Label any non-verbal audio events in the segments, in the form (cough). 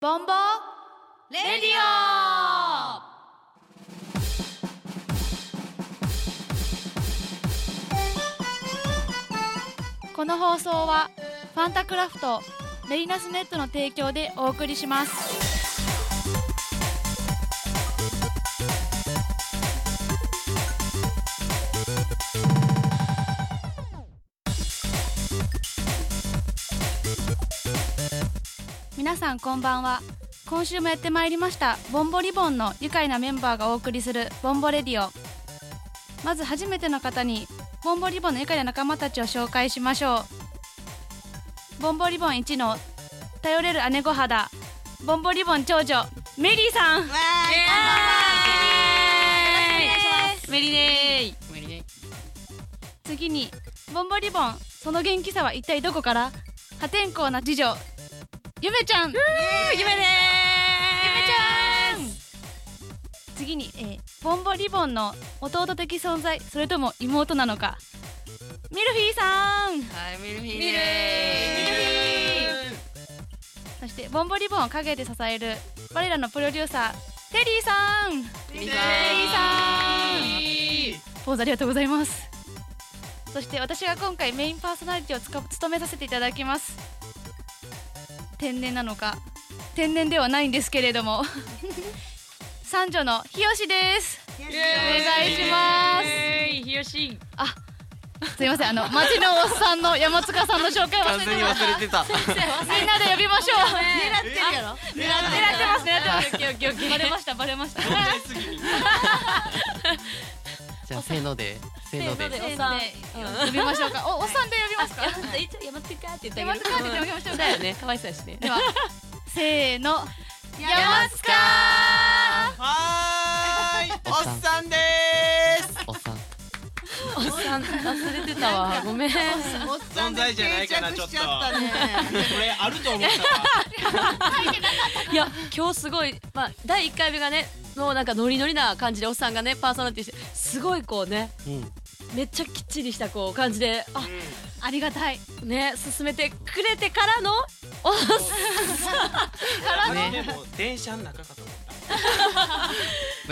ボンボレディオこの放送はファンタクラフトメリナスネットの提供でお送りします皆さんこんばんは今週もやってまいりましたボンボリボンの愉快なメンバーがお送りするボンボレディオまず初めての方にボンボリボンの愉快な仲間たちを紹介しましょうボンボリボン1の頼れる姉御肌ボンボリボン長女メリーさんわーメリネイメリネイ次にボンボリボンその元気さは一体どこから破天荒な次女ゆめちゃんゆめ夢でちゃん次に、えーボンボリボンの弟的存在それとも妹なのかミルフィーさんーはいメルフィーミルフィーそしてボンボリボンを陰で支える我らのプロデューサーテリーさんメミルフィーリミルフィーさポーズありがとうございますそして私が今回メインパーソナリティをつか務めさせていただきます天然なのか天然ではないんですけれども三女のひよしですイお願いしますすひよしすいませんあの町のおっさんの山塚さんの紹介忘完れ全てにました忘れてた。みんなで呼びましょう狙ってるやろ狙ってます狙ってますバレましたバレましたじゃあせーので、せーので。おっさん呼びましょうかおおっさんで呼びますか山塚って言山塚って呼びましょうだよねかわいそうやしねで (laughs) はせーの山塚はーい、おっさんでおっさん。おっさん忘れてたわごめんおっさんで存在じゃないかな定着しちゃったねーす。これあると思ったわ。いや今日すごいまあ第一回目がねもうなんかノリノリな感じでおっさんがねパーソナリティしてすごいこうねうん。めっちゃきっちりしたこう感じであありがたいね進めてくれてからのおっでも電車の中かと思っな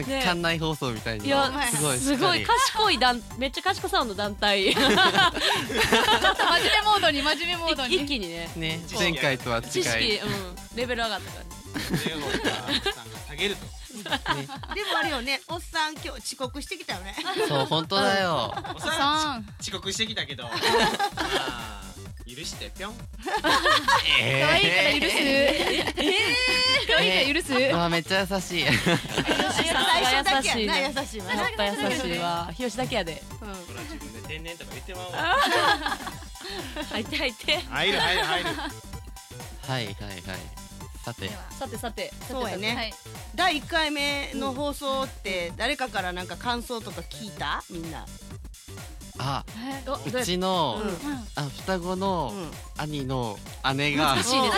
んかね館内放送みたいに。いやすごい。すごいしっか賢い団めっちゃ賢さの団体ちょっと真面目モードに真面目モード一に気にねりね知、識前回とは違知識、い。うん、レベル上がったからねた。でもさんが下げると。 (laughs) でもあれよねおっさん今日遅刻してきたよ (laughs) ねそう、本当だよ。おっおっさんさん遅刻してきたけど。まあ許してぴょん。え可愛いから許す可愛いから許すうわ、めっちゃ優しい。最初だけやな優しいわやっぱ優しいわ日吉だけやでほら自分で天然とか言ってまうわ。入って入って入る入る入る。はいはいはい。さて、さてさてそうやねはい第一回目の放送って誰かからなんか感想とか聞いたみんなあ、えおどうやうってちのうん、あ、双子のうん兄の姉が。難しいです難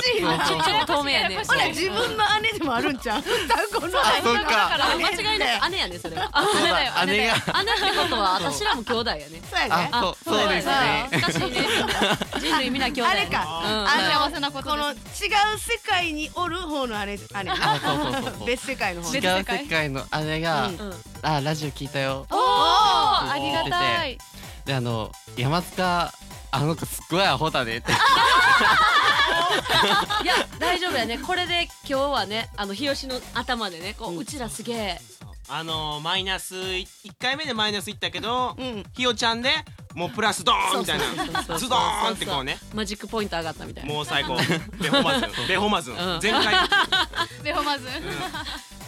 しいそうわそうちょっと透明やねほら自分の姉 (laughs) でもあるんちゃう双子のあ、そっか。あ間違いない姉やねそれはそう姉だよだ姉だ姉よが。姉ってことは私らも兄弟やねそうやねあ、そう、そうですね。難しいね人類皆兄弟あやねれかうんあ幸のせなことこの違う世界におる方の姉姉あ、そうそうそうそう。 (laughs) 別世界の方違う世界の姉が、うんうんあラジオ聞いたよおおありがたいであの山塚あの子すっごいアホだねっていや大丈夫やねこれで今日はねあの日吉の頭でねこううちらすげえあのマイナス一回目でマイナスいったけどう、んひよちゃんでもうプラスドーンみたいなそうそうそうそうズドーンってこうね。マジックポイント上がったみたいなもう最高。ベホマズン。ベホマズン。ん全開。ベホマズ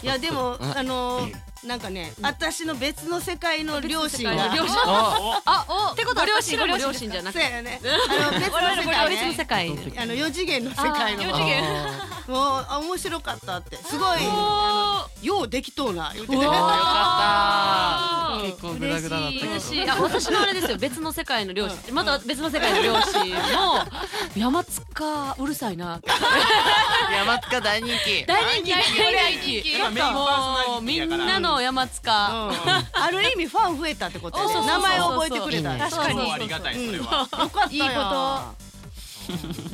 いやでもうんあのーなんかね私の別の世界の両親あがの両親おあおってことごは両両親親ごご両両親親じゃなくそうてやねあの別の世界別の世界ねにあの四次元の世界のあーもう四次元あ面白かったってすごいおようできとうな言っておーよたかっうんた結構グダグダだったけど嬉しいあ私のあれですよ別の世界の両親また別の世界の両親も山塚うるさいな山塚大人気大人気大人人気気やっぱメインパーソナもうリテみィやんからなの山塚うんある意味ファン増えたってことやそうそうねそう名前を覚えてくれたいいねよ確かもうにありがたいそれは。かったいいこや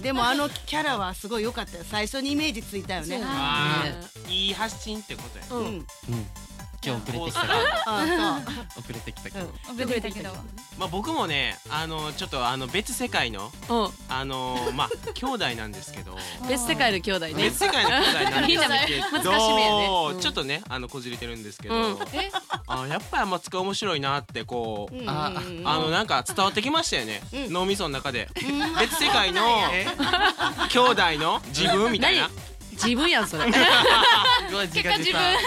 でもあのキャラはすごい良かったよ最初にイメージついたよねそうあねーいい発信ってことやううんんうん今日遅れて放き送たからあそう遅れてきたからうん遅れたけどまあ僕もねあのちょっとあの別世界のうあのまあ兄弟なんですけどん別世界の兄弟ね別世界の兄弟なんですけどみんな難しめやねうんちょっとねあのこじれてるんですけど、うんえあやっぱり松川面白いなってこう、うんうんあうんあのなんか伝わってきましたよね、うん脳みその中で、別世界の兄弟の自分みたいな自分やんそれすごい自結果自分え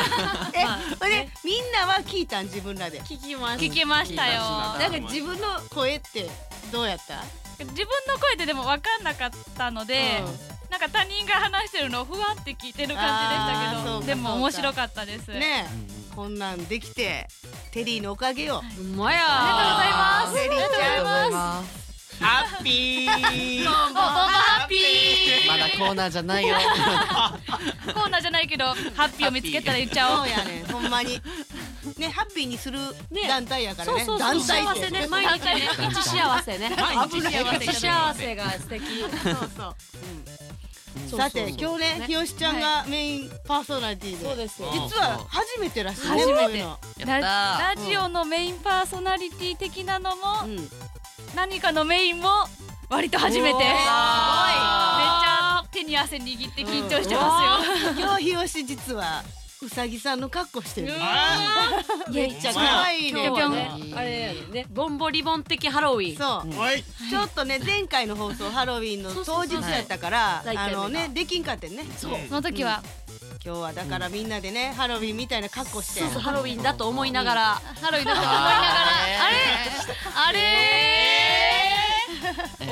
それでみんなは聞いたん自分らで聞きま聞きましたよなんか自分の声ってどうやった自分の声ででも分かんなかったので、なんか他人が話してるのをふわって聞いてる感じでしたあーけそうどかでもそうか面白かったです、ねうんえこんなんできてテリーのおかげようまやありがとうございますテリーちゃんありがとうございますハッピーボンボンハッピーまだコーナーじゃないよコーナーじゃないけどハッピーを見つけたら言っちゃおそううやねんほんまにねハッピーにするね団体やからねそうそうそう団体幸ってせね毎日ね一幸せね毎日幸せ幸せ幸せが素敵そうそううんさて今日ねね日吉ちゃんがメインパーソナリティそうでですよ実は初めてらしいね初めてこういうのやラったーラジオのメインパーソナリティ的なのも、うん何かのメインも割と初めておーめっちわゃ手に汗握って緊張してますよ、今日日吉実はうさぎさんの格好してるあめっちゃ可愛い今ね日ぴょはんねあれやねボンボリボン的ハロウィンそうーはいちょっとね前回の放送ハロウィンの当日やったからそうそうそうあはい第一回目のねができんかってんねそうその時は、今日はだからみんなでねハロウィンみたいな格好してそうそうハロウィンだと思いながらハロウィンだと思いながらあれあれえー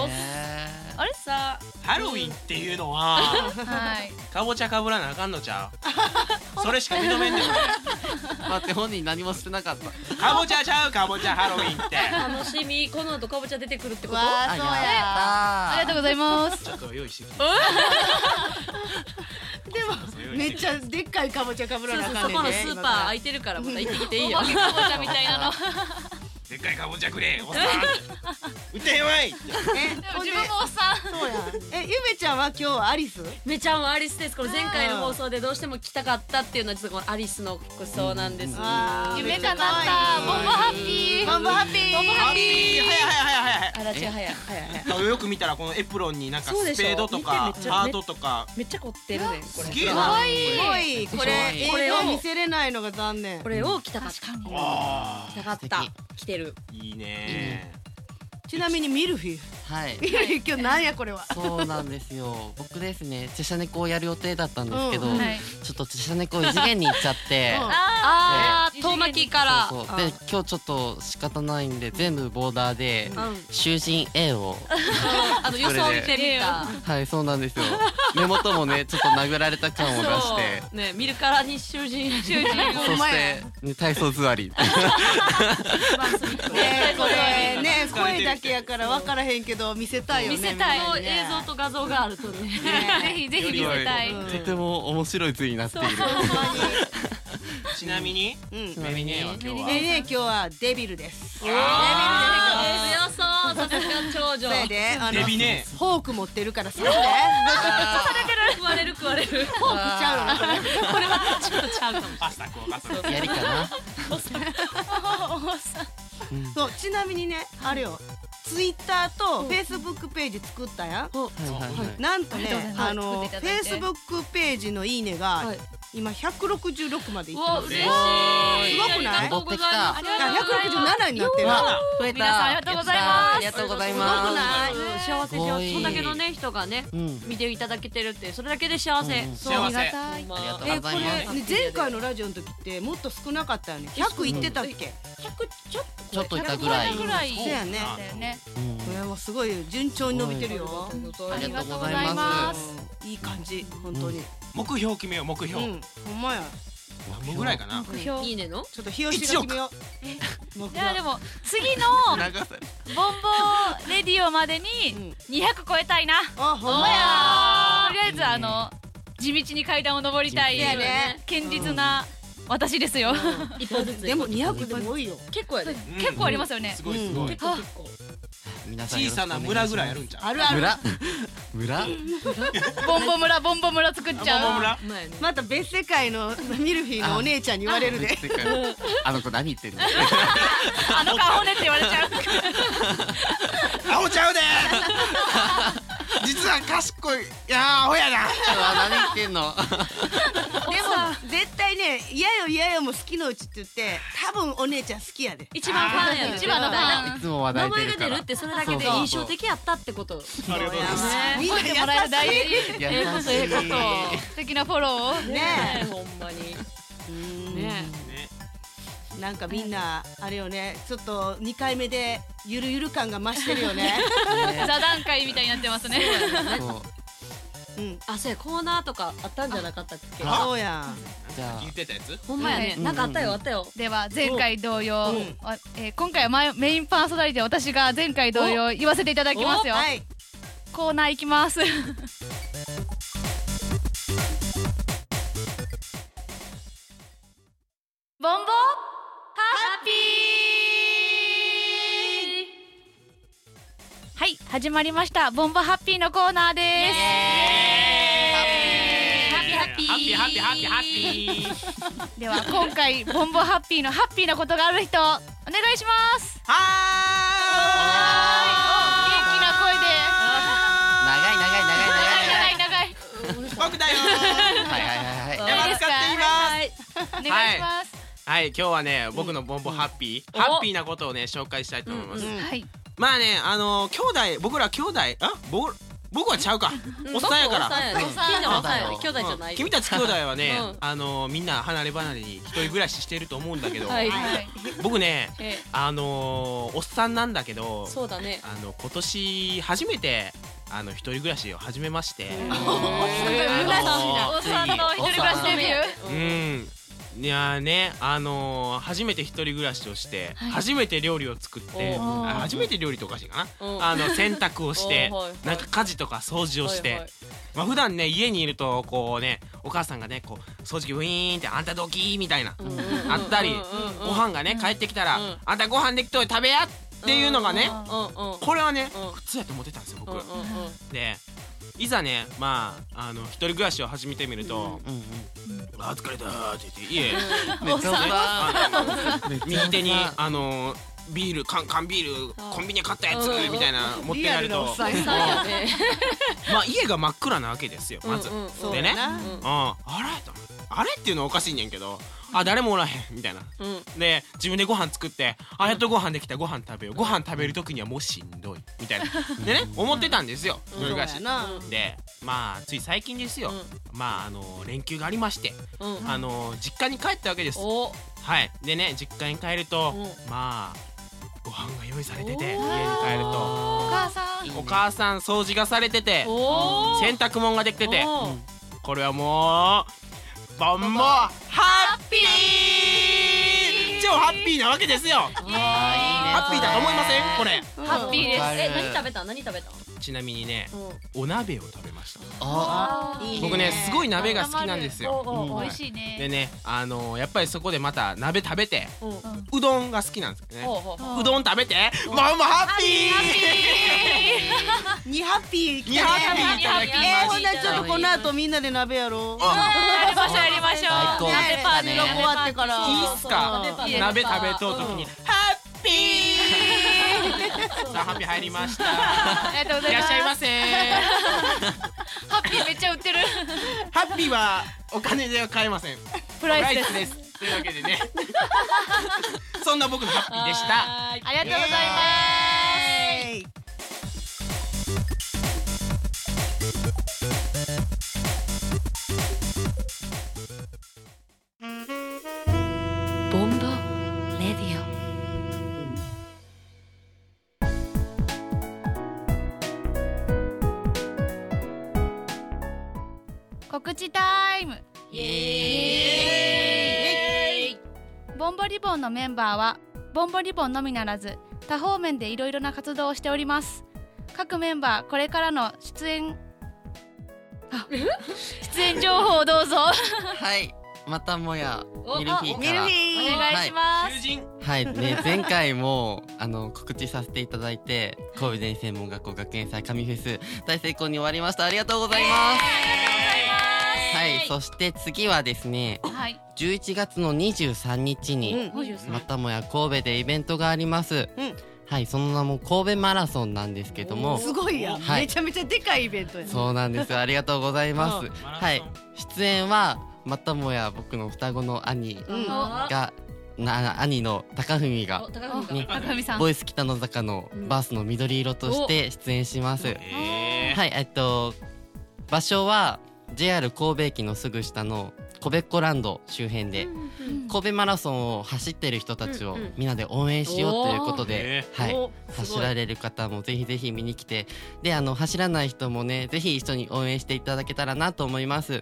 あれさハロウィンっていうのははいかぼちゃかぶらなあかんのちゃうそれしか認めんねん待って本人何もしてなかった俺かぼちゃちゃうかぼちゃハロウィンって楽しみこの後かぼちゃ出てくるってことわああそうありがとやうございますちょっと用意してきてやでもめっちゃでっかいかぼちゃかぶそらうなそうそあかんねこんのねスーパー空いてるからまた行ってきていいよお化けかぼちゃみたいなのでっかいかぼちゃくれおっさん売ってへんわいってえほんで自分もおっさんそうやえゆめちゃんは今日はアリスめちゃんはアリスですこの前回の放送でどうしても着たかったっていうのはちょっとこのアリスの服装なんですあー夢叶ったボンボハッピーボンボハッピーボンボハッピ早い早い早いあらちはやはやはや早いよく見たらこのエプロンになんかそうでスしょペードとか見てめっちゃハートとかめっちゃ凝ってるねんこすれげえかなわいいすごいここれ映れを像見せれないのが残念これを着たかったあ着たかった着てるーいいねちなみにミルフィー (laughs) ユーはいミルフィーユ今日なんやこれはそうなんですよ僕ですねチェシャ猫をやる予定だったんですけど、うんはいちょっとチェシャ猫を異次元に行っちゃって、うんあーー遠巻きからそうそうあで今日ちょっと仕方ないんで全部ボーダーでうん囚人 A をあの予想見てみたはいそうなんですよ目元もねちょっと殴られた感を出しそうね見るからに囚人囚人てそして、ね体操座りねこれね疲れてる声だけやから分からへんけど見せたいよね見せたいの映像と画像があるとねぜひぜひ見せたいうんとても面白い図になっているちなみにうんねちなみに今日はえねえ今日はデビルですあー強そうさすが長女それであデのビねフォーク持ってるからそれでフォー食われる食われるクちゃうのこれこれはちょっとちゃうかもパスタこうパスタやりかな (laughs) そうちなみにねあれよツイッターとフェイスブックページ作ったやんはいはいはいなんとありがとうございねますあのフ作っていただェいイてスブックページのいいねがはい今166までいってわます嬉しいすごくないありがとうございます戻ってきたあ167になってる増えた皆さんありがとうございますありがとうございすごくまないうん幸せすご幸せいそんだけのね人がねすうん見ていただけてるってそれだけで幸せうん幸せたほんまありがとうえごこざいますれね前回のラジオの時ってもっと少なかったよね100いってたっけ100ちょっとちょっといたぐらいぐらいそうやねだよねうんこれもすごい順調に伸びてるよありがとうございあまりすいい感じ本当に目標決めよう目う標んほんまや何本ぐらいかな目標いいねのちょっと日吉が決めよう目じゃあ標でも次の流されボンボレディオまでに200超えたいなあほんまとりあえずあの地道に階段を上りたい地道やね堅実な私ですよ一歩ずやつでも200でも多いよ結構やでうん結構ありますよねすごいすごうんい結構結構皆さんよ小ろしくさお願ないします村ぐらいあるんちゃうあるある村村ボンボ村ボンボ村作っちボンボゃう村まあやねまた別世界のミルフィーのお姉ちゃんに言われるでてか (laughs) あの子何言ってるのあの顔ねって言われちゃうアホちゃうで実は賢いいやアホやな (laughs) あ何言ってんのでも絶対ね「嫌よ嫌よ」も好きのうちって言って多分お姉ちゃん好きやで一番ファンやね一番のファン (laughs) いつも話名題出前るがか出るらってそれだけで印象的やったってことありがとうございますみん褒なめてもらえる大優しい事優ええことええこしい素敵なフォローをねねえほんまにねねえなんかみんなあれよねちょっと2回目でゆるゆる感が増してるよねね座談会みたいになってますねそううんあそうやコーナーとかあったんじゃなかったっけあそうやじゃあ言ってたやつほんまやねうんなんかあったよあったよ (laughs) では前回同様、うんあえー今回は前メインパーソナリティ私が前回同様言わせていただきますんよ、はいコーナーいきますボンボハッピーはい始まりましたボンボハッピーのコーナーですハッピーハッピーハッピーハッピーハッピーでは今回ボンボハッピーのハッピーなことがある人お願いしますは元気な声で長い長い長い長い長い長い長いーい僕だよはいはいはいはいーいい山で使っすかていますお願いします。はい今日はね僕のボンボハッピーうんハッピーなことをね紹介したいと思いますうんはい。まあねあのー兄弟僕ら兄弟あぼ僕はちゃうかおっさんやからおっさんやねおっさん近所のおっさんやね兄弟じゃうなんい君たち兄弟はねうんあのーみんな離れ離れに一人暮らししてると思うんだけど (laughs) はいはい。僕ねえあのーおっさんなんだけどそうだねあの今年初めてあの一人暮らしを始めましておっさんの一人暮らしデビュー。うんいやーねあのー初めて一人暮らしをして、はい初めて料理を作っておあー初めて料理とおかしいかうなんあの洗濯をして (laughs) おーはいはいなんか家事とか掃除をして、はいはいまあ普段ね家にいるとこうねお母さんがねこう掃除機ウィーンって「あんたどき」みたいな、うんうんうんあったり、うんうんご飯がね帰ってきたらう「んあんたご飯できとい食べや」っていうのがね、うんうんうんこれはね、うん普通やと思ってたんですよ僕、うんうんうんでいざねまああの一人暮らしを始めてみるとうんうん「あ疲れた」って言って家めっちゃおっさんあめっちゃおっさん右手にあのビール缶缶ビールあーコンビニで買ったやつうんみたいな持ってリアやルるなおとっさんおっさんやねまあ家が真っ暗なわけですよまずう。んうんそうでやねなうんうんあれと思ってあれっていうのはおかしいんやけどあ誰もおらへんみたいな。うんうんで自分でご飯作ってあやっとご飯できたご飯食べようご飯食べる時にはもうしんどいみたいなでね思ってたんですよ一人そう暮らしやなでまあつい最近ですよ、まああの連休がありまして、うんうんあの実家に帰ったわけですおはいでね実家に帰ると、うまあご飯が用意されてて家に帰るおーとお母さん。お母さん掃除がされててお洗濯物ができてておーこれはもうボンボハッピー超ハッピーなわけですよハッピーだと思いませんこれハッピーです。え何食べた何食べたちなみにねうんお鍋を食べましたあいい僕ねすごい鍋が好きなんですよおーおーおー美味しいでね。ねあのーやっぱりそこでまた鍋食べてうんうんうどんが好きなんですよねほうほうほううどん食べてママハッピ2ハッピーー来にたハッピーねいただきーえーまほしんならちょっとこの後みんなで鍋やろうたやりましょうやりましょう。最高なねんでパーティーが終わってから。いいっすかそうそうそう鍋食べとうときにハッピーさあハッピー入りましたいありがとうございらまっすしゃい。ませハッピーめっちゃ売ってる。ハッピーはお金では買えませんププラライイススで。ですすというわけでね (laughs) そんな僕のハッピーでしたはーいありがとうございます。えいボンボレディ告知タイムオイエーイボンボリボンのメンバーはボンボリボンのみならず多方面でいろいろな活動をしております各メンバーこれからの出演あ出演情報をどうぞはい、うまたもやおミルフィあーかミルらおフィー願いします友人はいね前回もあの告知させていただいて神戸電専門学校学園祭神フェス大成功に終わりましたありがとうございます、はいそして次はですねはい。 11月の23日に、うんまたもや神戸でイベントがあります、うんはいその名も神戸マラソンなんですけどもすごいや、はいめちゃめちゃでかいイベントやねそうなんですありがとうございまうすんはい出演はまたもや僕の双子の兄うんがな兄の高文がお高文ねあかみさん。ボイス北の坂のバースの緑色として出演します、えはいえっと場所は JR 神戸駅のすぐ下のコベッコランド周辺でうん神戸マラソンを走ってる人たちをうんうんみんなで応援しようということでへ、はい、おす走ごいられる方もぜひぜひ見に来てであの走らない人もねぜひ一緒に応援していただけたらなと思います、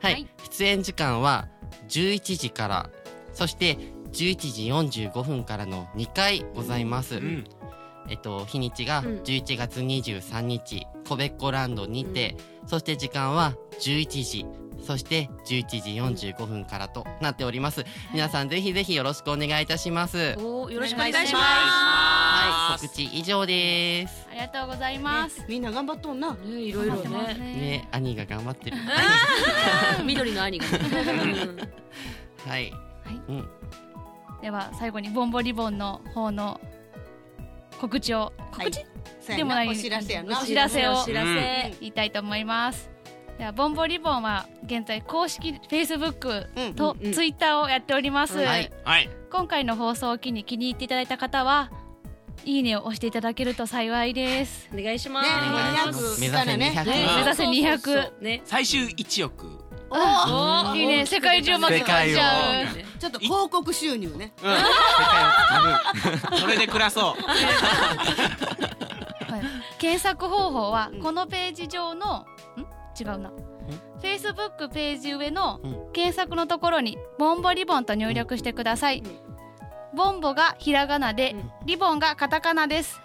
はいはい出演時間は11時からそして11時45分からの2回ございます、ーうんえっと、日にちがうん11月23日、コベッコランドにて、そして時間は11時、そして11時45分からとなっております。皆さんぜひぜひよろしくお願いいたします。およろしくおお願願いいししままはい、告知以上です。ありがとうございます。みんな頑張っとんなすねいろいろ待ってますねね。ね、兄が頑張ってる。緑の兄がはい。では最後にボンボリボンの方の告知を告知、そうでやもないお知らせやなお知らせをお知らせ言いたいと思います。ではボンボリボンは現在公式 Facebook うんとうんうん Twitter をやっております。はい。はい今回の放送を機に気に入っていただいた方は。いいねを押していただけると幸いです。お願いしますねお願いします200目指せ200。ね目指せ200そうそうそうね最終一億おーいいね、世界中まで世界買っをちゃう。ちょっと広告収入ねうんそれで暮らそうはい検索方法はうんこのページ上の、ん違うな Facebook ページ上の検索のところに「ボンボリボン」と入力してください、ボンボがひらがなで、うんリボンがカタカナです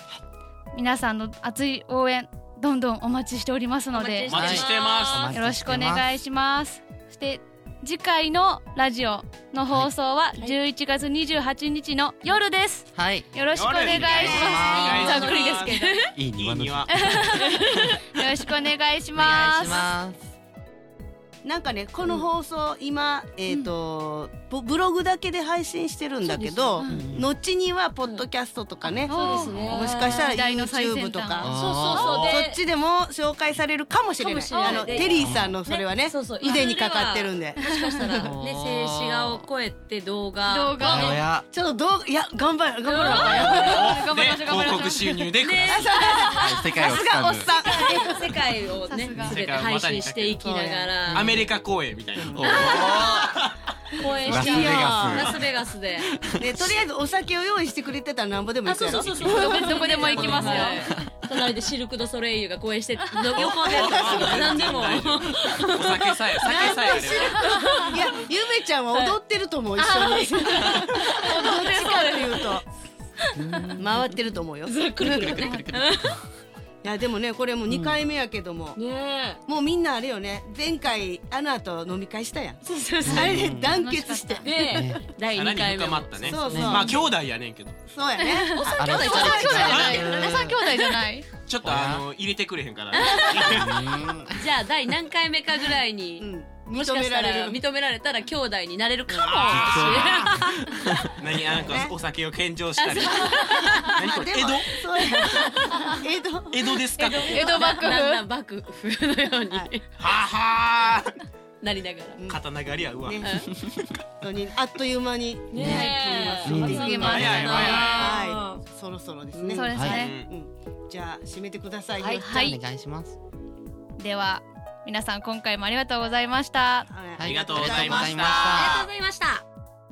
皆さんの熱い応援どんどんお待ちしておりますのでお待ちしてまはいよろしくお願いしますそして次回のラジオの放送は11月28日の夜ですはい。よろしくお願いし夜ますざっくりですけどいいいい庭の。庭よろしくお願いしお願まいす。します。なんかねこの放送今えっとブブログだけで配信してるんだけどそうですうん後にはポッドキャストとかねそうですねもしかしたら時代の最先端 YouTube とかそあうそうそうでそっちでも紹介されるかもしれかなもいしれないあのでテリーさんのそれはねそうそう腕にかかってるんでもしかしたらねおー静止画を超えて動画動画おや。ちょっとどういや頑張る頑張る頑張りましょでう頑張りま広しょう告収入で暮らそうはい世界をさすがおっ掴さん世界をねさすが全て配信していきながらアメリカ公演みたいなむ。おー公演しラスてベラガス。スベガスででとりあえずお酒を用意してくれてたらなんぼでもいいからうそうどこどこでも行き (laughs) ますよ隣でシルク・ドゥ・ソレイユが公演して横で何でもお (laughs) 酒さえ酒さえあればいやゆめちゃんは踊ってると思う一緒にどっちかっていうと回ってると思うよ (laughs) くるくるねいやでもねこれもう2回目やけども、 (laughs) ねもうみんなあれよね前回あの後飲み会したやんそうそうあれで団結してで第腹2に回目深まったねそうそうまあ兄弟やねんけどそうやねお兄弟じゃないお三兄弟じゃないちょっとあの入れてくれへんからじゃあ第何回目かぐらいに、うんもし認かめしたらられる認められたら兄弟になれるかもあ (laughs) ー何なんかお酒を献上したり何まこあれで江も戸そうやね江戸江戸ですかここ江戸幕だんだ府ん (laughs) 幕府のようにはいはあはなりながらあ刀狩りはうわね本当にあっという間にねえうんあっという間ですねはいそろそろですねそうですはねいうんじゃあ締めてくださいよはいはいお願いします。では皆さん今回もありがとうございましたはいはありがとうございまありしがとうございまたありがとうございました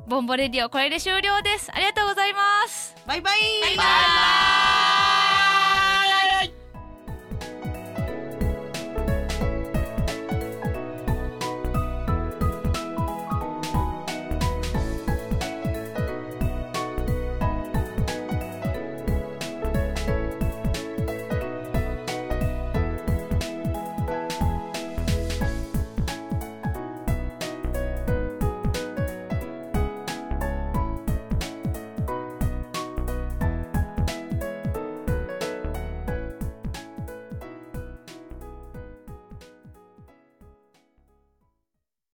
ボンボレディオこれで終了ですありがとうございますバイバイバイバイ